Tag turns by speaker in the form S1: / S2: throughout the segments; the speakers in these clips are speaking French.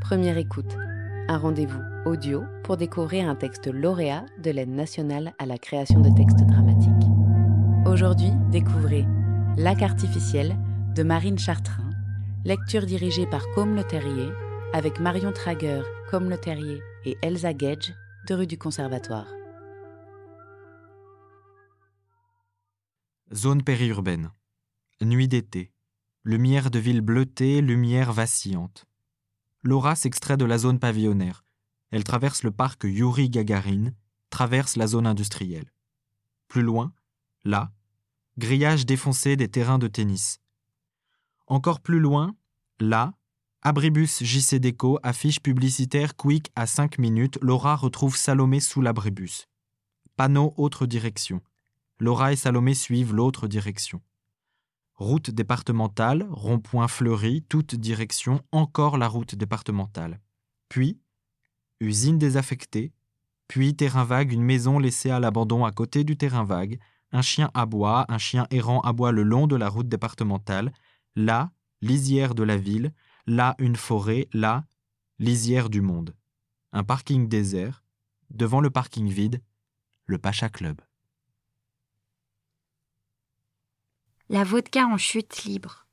S1: Première écoute, un rendez-vous audio pour découvrir un texte lauréat de l'aide nationale à la création de textes dramatiques. Aujourd'hui, découvrez Lac artificiel de Marine Chartrain, lecture dirigée par Côme Le Terrier, avec Marion Tragueur, Côme Le Terrier et Elsa Gage de rue du Conservatoire.
S2: Zone périurbaine. Nuit d'été. Lumière de ville bleutée, lumière vacillante. Laura s'extrait de la zone pavillonnaire. Elle traverse le parc Yuri Gagarine, traverse la zone industrielle. Plus loin, là, grillage défoncé des terrains de tennis. Encore plus loin, là, abribus JC Déco, affiche publicitaire quick à 5 minutes, Laura retrouve Salomé sous l'abribus. Panneau autre direction. Laura et Salomé suivent l'autre direction. Route départementale, rond-point fleuri, toute direction, encore la route départementale. Puis, usine désaffectée, puis terrain vague, une maison laissée à l'abandon à côté du terrain vague, un chien aboie, un chien errant aboie le long de la route départementale, là, lisière de la ville, là, une forêt, là, lisière du monde. Un parking désert, devant le parking vide, le Pacha Club.
S3: La vodka en chute libre.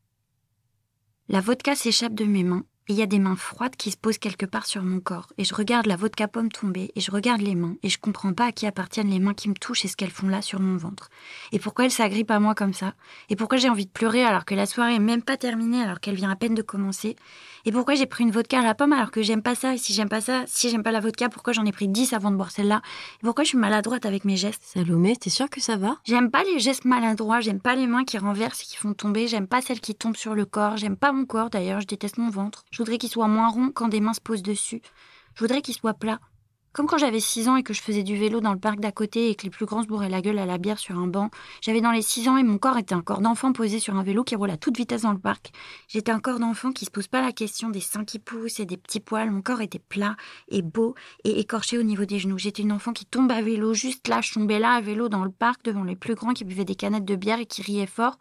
S3: La vodka s'échappe de mes mains, et il y a des mains froides qui se posent quelque part sur mon corps, et je regarde la vodka pomme tomber, et je regarde les mains, et je comprends pas à qui appartiennent les mains qui me touchent et ce qu'elles font là sur mon ventre, et pourquoi elles s'agrippent à moi comme ça, et pourquoi j'ai envie de pleurer alors que la soirée est même pas terminée alors qu'elle vient à peine de commencer, et pourquoi j'ai pris une vodka à la pomme alors que j'aime pas ça, et si j'aime pas ça, si j'aime pas la vodka, pourquoi j'en ai pris 10 avant de boire celle-là, et pourquoi je suis maladroite avec mes gestes.
S4: Salomé, t'es sûre que ça va
S3: J'aime pas les gestes maladroits, j'aime pas les mains qui renversent et qui font tomber, j'aime pas celles qui tombent sur le corps, j'aime pas mon corps d'ailleurs, je déteste mon ventre. Je voudrais qu'il soit moins rond quand des mains se posent dessus. Je voudrais qu'il soit plat. Comme quand j'avais 6 ans et que je faisais du vélo dans le parc d'à côté et que les plus grands se bourraient la gueule à la bière sur un banc. J'avais dans les 6 ans et mon corps était un corps d'enfant posé sur un vélo qui roule à toute vitesse dans le parc. J'étais un corps d'enfant qui se pose pas la question des seins qui poussent et des petits poils. Mon corps était plat et beau et écorché au niveau des genoux. J'étais une enfant qui tombe à vélo, juste là, je tombais là à vélo dans le parc devant les plus grands qui buvaient des canettes de bière et qui riaient fort.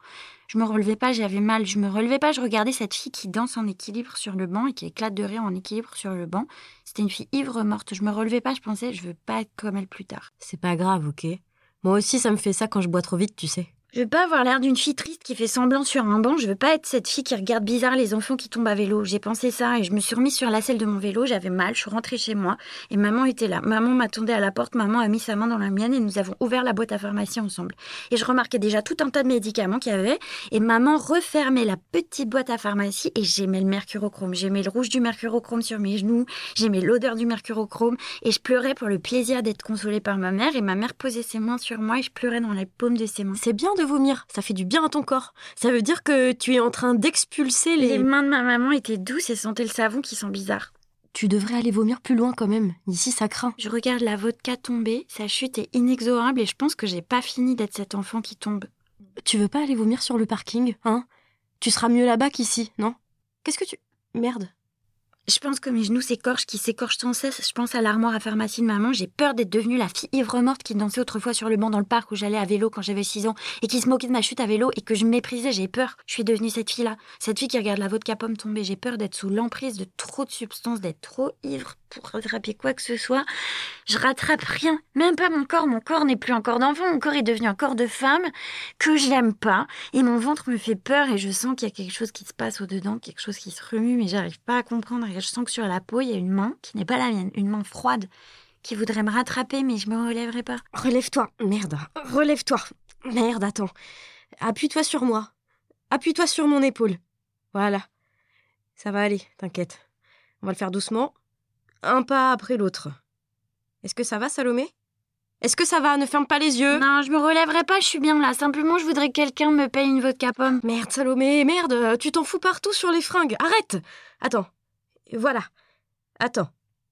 S3: Je me relevais pas, j'avais mal. Je me relevais pas, je regardais cette fille qui danse en équilibre sur le banc et qui éclate de rire en équilibre sur le banc. C'était une fille ivre morte. Je me relevais pas, je pensais, je veux pas être comme elle plus tard.
S4: C'est pas grave, ok Moi aussi, ça me fait ça quand je bois trop vite, tu sais.
S3: Je veux pas avoir l'air d'une fille triste qui fait semblant sur un banc. Je veux pas être cette fille qui regarde bizarre les enfants qui tombent à vélo. J'ai pensé ça et je me suis remise sur la selle de mon vélo. J'avais mal. Je suis rentrée chez moi et maman était là. Maman m'attendait à la porte. Maman a mis sa main dans la mienne et nous avons ouvert la boîte à pharmacie ensemble. Et je remarquais déjà tout un tas de médicaments qu'il y avait et maman refermait la petite boîte à pharmacie et j'aimais le mercurochrome. J'aimais le rouge du mercurochrome sur mes genoux. J'aimais l'odeur du mercurochrome et je pleurais pour le plaisir d'être consolée par ma mère et ma mère posait ses mains sur moi et je pleurais dans les paumes de ses mains.
S4: C'est bien de vomir, ça fait du bien à ton corps. Ça veut dire que tu es en train d'expulser les...
S3: Les mains de ma maman étaient douces et sentaient le savon qui sent bizarre.
S4: Tu devrais aller vomir plus loin quand même. Ici, ça craint.
S3: Je regarde la vodka tomber, sa chute est inexorable et je pense que j'ai pas fini d'être cet enfant qui tombe.
S4: Tu veux pas aller vomir sur le parking, hein Tu seras mieux là-bas qu'ici, non Qu'est-ce que tu... Merde.
S3: Je pense que mes genoux s'écorchent, qui s'écorchent sans cesse. Je pense à l'armoire à pharmacie de maman. J'ai peur d'être devenue la fille ivre morte qui dansait autrefois sur le banc dans le parc où j'allais à vélo quand j'avais 6 ans et qui se moquait de ma chute à vélo et que je méprisais. J'ai peur. Je suis devenue cette fille-là. Cette fille qui regarde la vodka pomme tomber. J'ai peur d'être sous l'emprise de trop de substances, d'être trop ivre pour rattraper quoi que ce soit. Je rattrape rien. Même pas mon corps. Mon corps n'est plus un corps d'enfant. Mon corps est devenu un corps de femme que je n'aime pas. Et mon ventre me fait peur et je sens qu'il y a quelque chose qui se passe au-dedans, quelque chose qui se remue, mais j'arrive pas à comprendre je sens que sur la peau, il y a une main qui n'est pas la mienne, une main froide qui voudrait me rattraper, mais je me relèverai pas.
S4: Relève-toi, merde, relève-toi. Merde, attends. Appuie-toi sur moi. Appuie-toi sur mon épaule. Voilà. Ça va aller, t'inquiète. On va le faire doucement, un pas après l'autre. Est-ce que ça va, Salomé Est-ce que ça va Ne ferme pas les yeux.
S3: Non, je me relèverai pas, je suis bien là. Simplement, je voudrais que quelqu'un me paye une vodka pomme.
S4: Merde, Salomé, merde, tu t'en fous partout sur les fringues. Arrête Attends, voilà. Attends.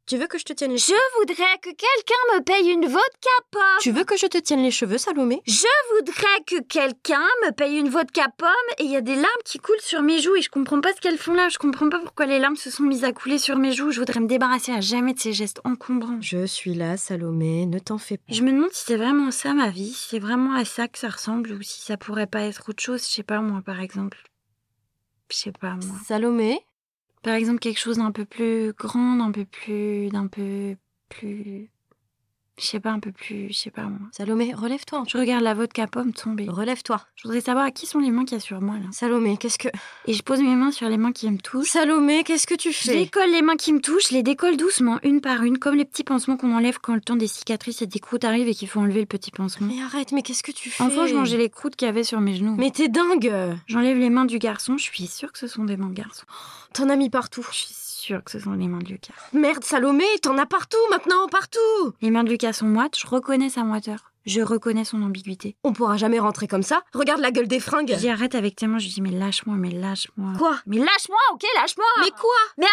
S4: Tu veux que je te tienne les
S3: Je voudrais que quelqu'un me paye une vodka pomme.
S4: Tu veux que je te tienne les cheveux, Salomé
S3: Je voudrais que quelqu'un me paye une vodka pomme et il y a des larmes qui coulent sur mes joues et je comprends pas ce qu'elles font là. Je comprends pas pourquoi les larmes se sont mises à couler sur mes joues. Je voudrais me débarrasser à jamais de ces gestes encombrants.
S4: Je suis là, Salomé, ne t'en fais pas.
S3: Je me demande si c'est vraiment ça ma vie, si c'est vraiment à ça que ça ressemble ou si ça pourrait pas être autre chose. Je sais pas moi, par exemple. Je sais pas moi.
S4: Salomé
S3: Par exemple, quelque chose d'un peu plus grand, d'un peu plus. d'un peu plus. Je sais pas, un peu plus. Je sais pas moi.
S4: Salomé, relève-toi.
S3: Je regarde la vodka pomme tomber.
S4: Relève-toi.
S3: Je voudrais savoir à qui sont les mains qu'il y a sur moi là.
S4: Salomé, qu'est-ce que.
S3: Et je pose mes mains sur les mains qui me touchent.
S4: Salomé, qu'est-ce que tu
S3: Je
S4: fais
S3: décolle les mains qui me touchent, je les décolle doucement, une par une, comme les petits pansements qu'on enlève quand le temps des cicatrices et des croûtes arrive et qu'il faut enlever le petit pansement.
S4: Mais arrête, mais qu'est-ce que tu fais
S3: Enfant, je mangeais les croûtes qu'il y avait sur mes genoux.
S4: Mais t'es dingue
S3: J'enlève les mains du garçon, je suis sûre que ce sont des mains de garçon.
S4: T'en as mis partout.
S3: Je suis sûre que ce sont les mains de Lucas.
S4: Merde, Salomé, t'en as partout maintenant, partout
S3: Les mains de Lucas sont moites, je reconnais sa moiteur. Je reconnais son ambiguïté.
S4: On pourra jamais rentrer comme ça. Regarde la gueule des
S3: Je
S4: fringues.
S3: dis arrête avec tes mains, je dis mais lâche-moi, mais lâche-moi.
S4: Quoi
S3: Ah. Mais lâche-moi, ok, lâche-moi
S4: Mais quoi
S3: Mais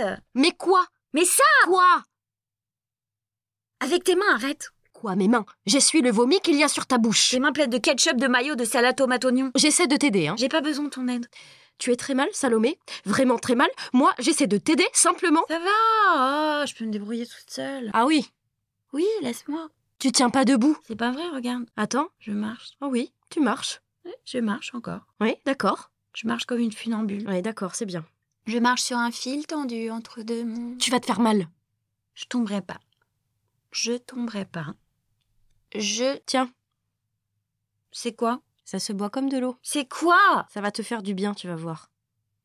S3: arrête
S4: Mais quoi
S3: Mais ça
S4: Quoi
S3: Avec tes mains, arrête
S4: Quoi, mes mains J'essuie le vomi qu'il y a sur ta bouche.
S3: Tes mains pleines de ketchup, de mayo, de salade tomate oignon.
S4: J'essaie de t'aider, hein.
S3: J'ai pas besoin de ton aide.
S4: Tu es très mal, Salomé. Vraiment très mal. Moi, j'essaie de t'aider, simplement.
S3: Ça va oh, Je peux me débrouiller toute seule.
S4: Ah oui,
S3: Oui, laisse-moi.
S4: tu tiens pas debout.
S3: C'est pas vrai, regarde.
S4: Attends.
S3: Je marche.
S4: Ah oui, tu marches.
S3: Je marche encore.
S4: Oui, d'accord.
S3: Je marche comme une funambule.
S4: Oui, d'accord, c'est bien.
S3: Je marche sur un fil tendu entre deux mondes.
S4: Tu vas te faire mal.
S3: Je tomberai pas. Je tomberai pas. Je.
S4: Tiens,
S3: C'est quoi
S4: ça se boit comme de l'eau.
S3: C'est quoi
S4: Ça va te faire du bien, tu vas voir.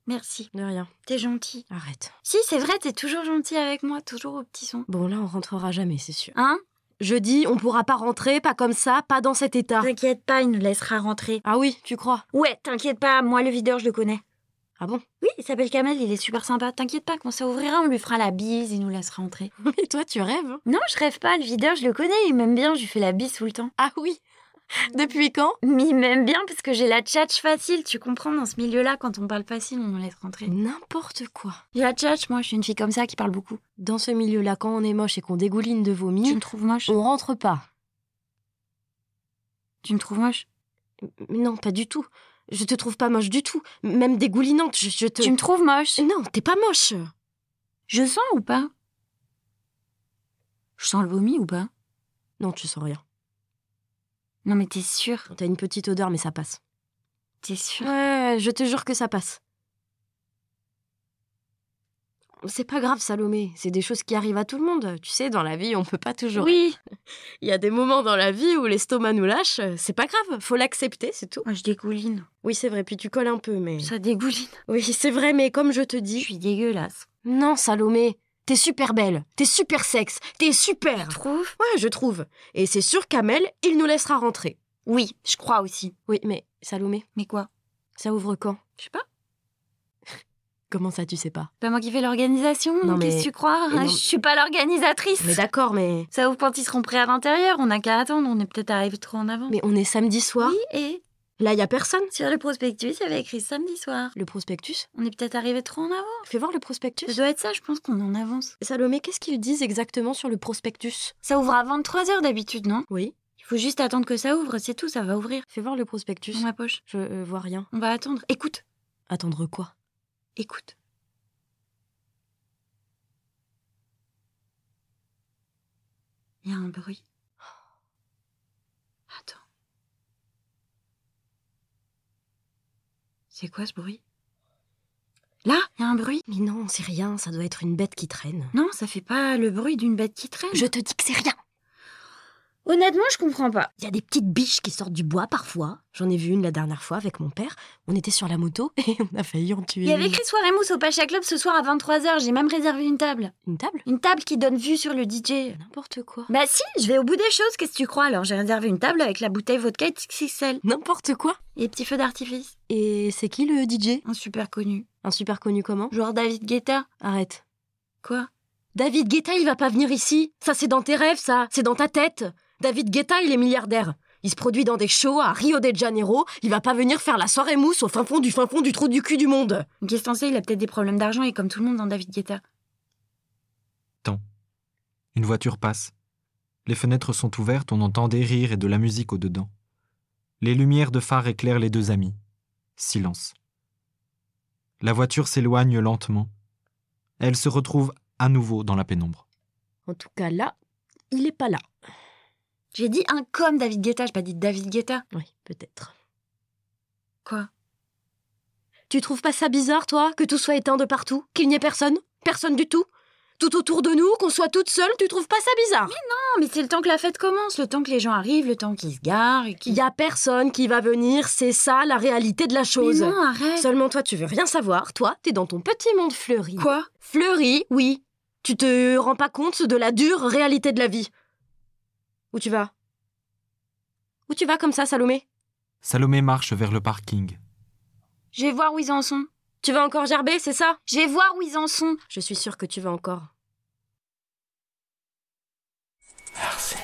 S3: Merci,
S4: De rien.
S3: t'es gentil.
S4: Arrête.
S3: Si, c'est vrai, t'es toujours gentil avec moi, toujours au petit son.
S4: Bon, là, on rentrera jamais, c'est sûr.
S3: Hein
S4: Je dis, on pourra pas rentrer, pas comme ça, pas dans cet état.
S3: T'inquiète pas, il nous laissera rentrer.
S4: Ah oui, tu crois
S3: Ouais, t'inquiète pas, moi le videur, je le connais.
S4: Ah bon
S3: Oui, il s'appelle Kamel, il est super sympa. T'inquiète pas, quand ça ouvrira, on lui fera la bise, il nous laissera rentrer.
S4: Mais toi, tu rêves hein
S3: Non, je rêve pas, le videur, je le connais, il m'aime bien, je lui fais la bise tout le temps.
S4: Ah oui Depuis quand
S3: Mais il m'aime bien parce que j'ai la tchatche facile, tu comprends, dans ce milieu-là, quand on parle facile, on nous laisse rentrer.
S4: N'importe quoi.
S3: J'ai la tchatche, moi, je suis une fille comme ça qui parle beaucoup.
S4: Dans ce milieu-là, quand on est moche et qu'on dégouline de
S3: Tu
S4: vomi,
S3: me trouves moche
S4: on rentre pas.
S3: Tu me trouves moche
S4: Mais Non, pas du tout. Je te trouve pas moche du tout. Même dégoulinante, je, je te...
S3: Tu me trouves moche
S4: Non, t'es pas moche.
S3: Je sens ou pas Je sens le vomi ou pas
S4: Non, tu sens rien.
S3: Non, mais t'es sûre
S4: T'as une petite odeur, mais ça passe.
S3: T'es sûre
S4: Ouais, je te jure que ça passe. C'est pas grave, Salomé. C'est des choses qui arrivent à tout le monde. Tu sais, dans la vie, on peut pas toujours.
S3: Oui
S4: Il y a des moments dans la vie où l'estomac nous lâche. C'est pas grave. Faut l'accepter, c'est tout.
S3: Moi, je dégouline.
S4: Oui, c'est vrai. Puis tu colles un peu, mais.
S3: Ça dégouline.
S4: Oui, c'est vrai, mais comme je te
S3: Je
S4: dis.
S3: suis dégueulasse.
S4: Non, Salomé. T'es super belle. T'es super sexe. T'es super.
S3: Tu trouves
S4: Ouais, je trouve. Et c'est sûr qu'Amel, il nous laissera rentrer.
S3: Oui, je crois aussi.
S4: Oui, mais Salomé,
S3: Mais quoi
S4: ça ouvre quand
S3: Je sais pas.
S4: Comment ça, tu sais pas
S3: Pas moi qui fais l'organisation.
S4: Non, mais-
S3: Qu'est-ce que tu crois hein
S4: Mais non,
S3: Je suis pas l'organisatrice.
S4: Mais d'accord, mais.
S3: Ça ouvre quand ils seront prêts à l'intérieur. On n'a qu'à attendre. On est peut-être arrivé trop en avant.
S4: Mais on est samedi soir.
S3: Oui, et
S4: Là, y a personne.
S3: sur le prospectus, il y avait écrit samedi soir.
S4: Le prospectus
S3: On est peut-être arrivé trop en avant.
S4: Fais voir le
S3: Ça
S4: prospectus.
S3: doit être ça, je pense qu'on en avance.
S4: Salomé, qu'est-ce qu'ils disent exactement sur le prospectus
S3: Ça ouvre à 23h d'habitude, non
S4: Oui.
S3: Il faut juste attendre que ça ouvre, c'est tout, ça va ouvrir.
S4: Fais voir le prospectus.
S3: Dans ma poche.
S4: Je euh, vois rien.
S3: On va attendre. Écoute,
S4: Attendre quoi
S3: écoute. Il y a un bruit. Attends. C'est quoi ce bruit Là, il y a un bruit.
S4: Mais non, c'est rien. Ça doit être une bête qui traîne.
S3: Non, ça fait pas le bruit d'une bête qui traîne.
S4: Je te dis que c'est rien.
S3: Honnêtement, je comprends pas.
S4: Il y a des petites biches qui sortent du bois parfois. J'en ai vu une la dernière fois avec mon père. On était sur la moto et on a failli en tuer
S3: Il y avait
S4: une.
S3: écrit soirée mousse au Pacha Club ce soir à 23h, j'ai même réservé une table.
S4: une table
S3: Une table qui donne vue sur le DJ.
S4: N'importe quoi.
S3: Bah si, je vais au bout des choses, qu'est-ce que tu crois Alors j'ai réservé une table avec la bouteille vodka et XXL.
S4: N'importe quoi.
S3: Et petit feu d'artifice.
S4: Et c'est qui le DJ
S3: Un super connu.
S4: Un super connu comment
S3: Genre David Guetta.
S4: Arrête.
S3: Quoi
S4: David Guetta, il va pas venir ici. Ça, c'est dans tes rêves, ça. C'est dans ta tête. David Guetta, il est milliardaire. Il se produit dans des shows à Rio de Janeiro. Il va pas venir faire la soirée mousse au fin fond du fin fond du trou du cul du monde.
S3: Qu'est-ce qu'on sait Il a peut-être des problèmes d'argent et comme tout le monde dans David Guetta.
S2: Une voiture passe. Les fenêtres sont ouvertes, on entend des rires et de la musique au-dedans. Les lumières de phare éclairent les deux amis. Silence. La voiture s'éloigne lentement. Elle se retrouve à nouveau dans la pénombre.
S4: En tout cas, là, il est pas là.
S3: J'ai dit un comme David Guetta, j'ai pas dit David Guetta.
S4: Oui, peut-être.
S3: Quoi
S4: Tu trouves pas ça bizarre, toi, que tout soit éteint de partout, qu'il n'y ait personne, personne du tout Tout autour de nous, qu'on soit toute seule, tu trouves pas ça bizarre
S3: Non, mais c'est le temps que la fête commence, le temps que les gens arrivent, le temps qu'ils se garent, et
S4: Il
S3: qu'ils.
S4: y a personne qui va venir, c'est ça la réalité de la
S3: Mais
S4: chose.
S3: non, arrête
S4: Seulement toi, tu veux rien savoir, toi, t'es dans ton petit monde fleuri.
S3: Quoi
S4: Fleuri, oui. Tu te rends pas compte de la dure réalité de la vie. Où tu vas Où tu vas comme ça, Salomé
S2: Salomé marche vers le parking.
S3: Je vais voir où ils en sont.
S4: Tu vas encore gerber, c'est ça
S3: Je vais voir où ils en sont.
S4: Je suis sûre que tu vas encore.
S5: Arsène.